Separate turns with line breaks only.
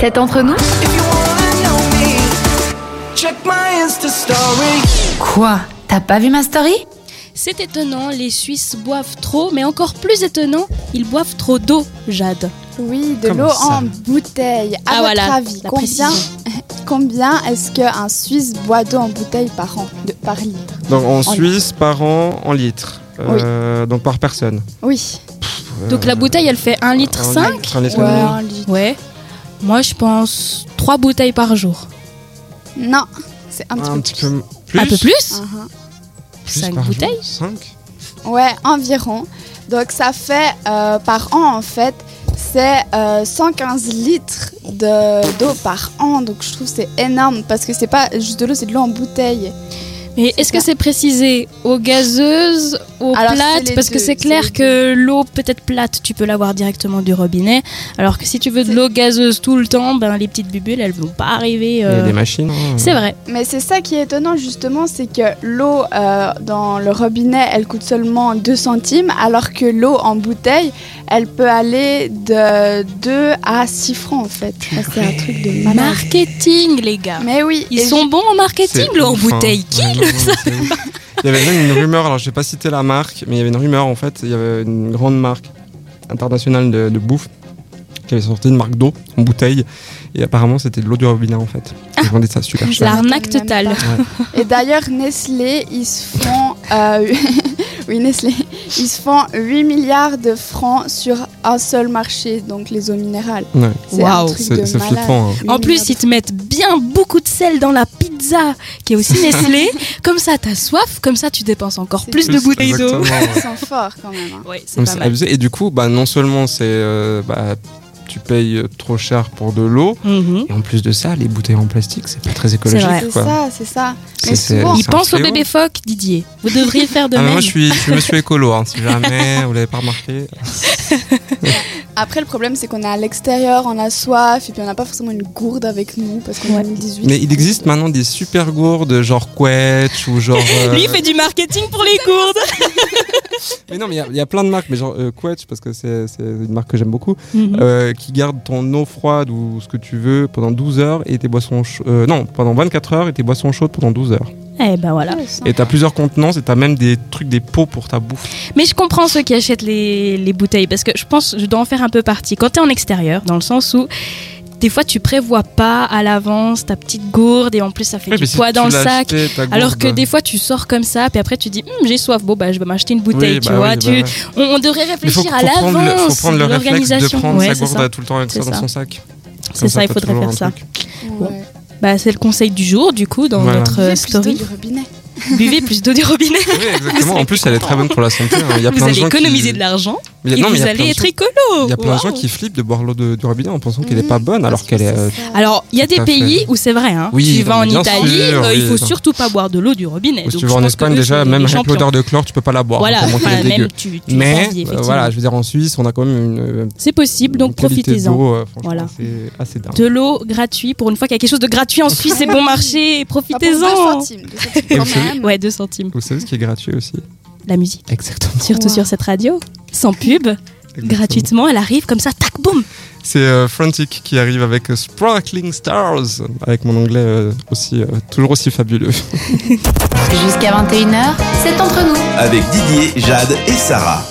C'est entre nous
If you wanna know me, check my Insta story.
Quoi T'as pas vu ma story
C'est étonnant, les Suisses boivent trop, mais encore plus étonnant, ils boivent trop d'eau, Jade.
Oui, de
Comment
l'eau
ça
en bouteille. À
Ah,
votre
voilà,
avis,
la
combien,
précision.
combien est-ce qu'un Suisse boit d'eau en bouteille par an, de, par litre
Donc en
litre.
Suisse, par an, en litres. Euh, Donc par personne.
Oui.
Donc la bouteille, elle fait 1,5 litre.
Un
cinq.
litre, un litre
Ouais,
et demi.
un litre.
Ouais. Moi, je pense 3 bouteilles par jour.
Non, c'est un petit
Un
peu.
petit
plus.
peu plus. Ah.
Un peu plus
Uh-huh.
Plus
5
par jour.
bouteilles
Cinq
Ouais, environ. Donc ça fait euh, par an en fait, c'est euh, 115 litres de- d'eau par an. Donc je trouve que c'est énorme parce que c'est pas juste de l'eau, c'est de l'eau en bouteille.
Mais est-ce que
ça.
c'est précisé aux gazeuses, aux
Alors, c'est
plates
les
Parce que
deux,
c'est
c'est les
clair que l'eau peut-être plate, tu peux l'avoir directement du robinet. Alors que si tu veux de
C'est-
l'eau gazeuse tout le temps, ben, les petites bulles, elles vont pas arriver.
Il y
euh,
a des machines. hein.
C'est vrai.
Mais c'est ça qui est étonnant justement, c'est que l'eau euh, dans le robinet, elle coûte seulement 2 centimes, alors que l'eau en bouteille, elle peut aller de 2 à 6 francs en fait. Ça, C'est un truc de malade.
Marketing, les gars.
Ah Mais oui,
Ils
et
sont bons en marketing,
C'est
l'eau en
ouf, hein.
bouteille. Qui
Ouais, non, non, c'est ouf. Il y avait même une rumeur, alors je vais pas citer la marque, mais il y avait une rumeur en fait, il y avait une grande marque internationale de, de bouffe qui avait sorti une marque d'eau en bouteille, et apparemment c'était de l'eau du robinet en fait.
Ah.
Ils vendaient ça super
je-
cher.
L'arnaque
je m'attends même
totale.
pas. Et d'ailleurs, Nestlé, ils se font, euh, oui Nestlé, ils se font 8 milliards de francs sur un seul marché, donc les eaux minérales.
Ouais.
C'est un
Waouh.
truc de
C'est c'est
malade.
flippant. hein.
8
En plus, ils
milliards
te mettent bien beaucoup de sel dans la pizza, qui est aussi Nestlé. comme ça, t'as soif. Comme ça, tu dépenses encore
C'est
plus de
Plus,
bouteilles d'eau.
exactement,
de-
ouais.
ils sont forts quand même. hein.
Ouais, c'est
Donc,
pas
c'est
mal.
abusé. Et du coup, bah, non seulement c'est euh, bah, tu payes trop cher pour de l'eau,
Mhm.
et en plus de ça, les bouteilles en plastique, c'est pas très écologique.
vrai.
C'est
quoi.
ça, c'est ça.
C'est-
Mais
c'est-
souvent-
Il
c'est un
pense au
fléau.
bébé phoque, Didier. Vous devriez faire de
Ah, mais
même.
moi je suis, je suis monsieur écolo, hein, si jamais vous l'avez pas remarqué.
Après, le problème, c'est qu'on est à l'extérieur, on a soif, et puis on n'a pas forcément une gourde avec nous, parce qu'on est en 2018.
Mais il existe maintenant des super gourdes genre Quetch ou genre. euh,
Lui, il fait du marketing pour les gourdes.
Mais non, mais il y a- il y, a plein de marques, mais genre euh, Quetch, parce que c'est c'est une marque que j'aime beaucoup,
Mm. Mhm.
euh, qui garde ton eau froide ou ce que tu veux pendant 12 heures et tes boissons. cha- euh, non, pendant 24 heures et tes boissons chaudes pendant 12 heures.
Eh ben voilà.
Ouais, ça.
Et t'as plusieurs contenances et t'as même des trucs, des pots pour ta bouffe.
Mais je comprends ceux qui achètent les, les bouteilles parce que je pense que je dois en faire un peu partie. Quand t'es en extérieur, dans le sens où des fois tu prévois pas à l'avance ta petite gourde et en plus ça fait
Ouais, mais
du
si
poids
tu
dans le
l'as
sac.
acheté, ta
Alors
gourde-
que des fois tu sors comme ça, puis après tu dis Hum, j'ai soif, bon bah je vais m'acheter une bouteille,
Oui,
tu
bah
vois.
oui,
tu...
bah ouais.
on, on devrait
Il faut,
réfléchir à
faut prendre le, faut
l'avance,
prendre le réflexe de
l'organisation.
prendre
Ouais,
sa
c'est
gourde
ça.
tout le temps avec
C'est
ça dans
ça.
son sac.
C'est
Comme
ça, il
t'as
faudrait
toujours
faire
un
ça.
truc.
Bon.
Ouais.
Bah, c'est le conseil du jour du coup dans
Voilà.
notre
Buvez
euh,
plus
story.
d'eau du robinet.
Buvez plus d'eau du robinet.
Oui, exactement.
serez
En plus, elle est très bonne pour la santé. hein. Il y a
Vous
plein de
allez
gens qui-
économiser de l'argent
Mais il y a-
et
non, mais il
vous
y a plein
allez
de
être
gens-
écolo.
Il y a plein de
Waouh.
gens qui flippent de boire l'eau de- du robinet en pensant qu'elle est
Mhm,
pas bonne alors qu'elle est. euh,
Alors, il y a
Tout
des
à
pays
fait.
où c'est vrai. Hein.
Oui,
tu vas
non,
en
mais bien
Italie,
sûr,
euh, il
oui,
faut
ça.
surtout pas boire de l'eau du robinet.
Ou si
Donc,
tu
je
vas en
pense que
Espagne
eux,
déjà,
c'est
même
des
avec
champions.
l'odeur de chlore, tu peux pas la boire.
Voilà,
hein, tellement qu'elle
voilà,
est dégueu.
même tu, tu
Mais
l'envies,
euh,
effectivement.
voilà, je veux dire en Suisse, on a quand même une, euh,
C'est possible,
une
donc
qualité
profitez-en.
d'eau, euh, franchement,
Voilà.
C'est assez dingue.
De l'eau gratuite, pour une fois qu'il y a quelque chose de gratuit en Suisse, c'est bon marché,
Pas Ah, pour deux
profitez-en.
centimes, deux centimes quand
Absolument.
même.
Ouais, 2 centimes.
Vous savez ce qui est gratuit aussi
La musique,
Exactement.
surtout
Wow.
sur cette radio, sans pub, gratuitement, elle arrive comme ça, tac, boum.
C'est euh, Frantic qui arrive avec euh, Sparkling Stars, avec mon anglais euh, aussi euh, toujours aussi fabuleux.
Jusqu'à 21h, c'est entre nous.
Avec Didier, Jade et Sarah.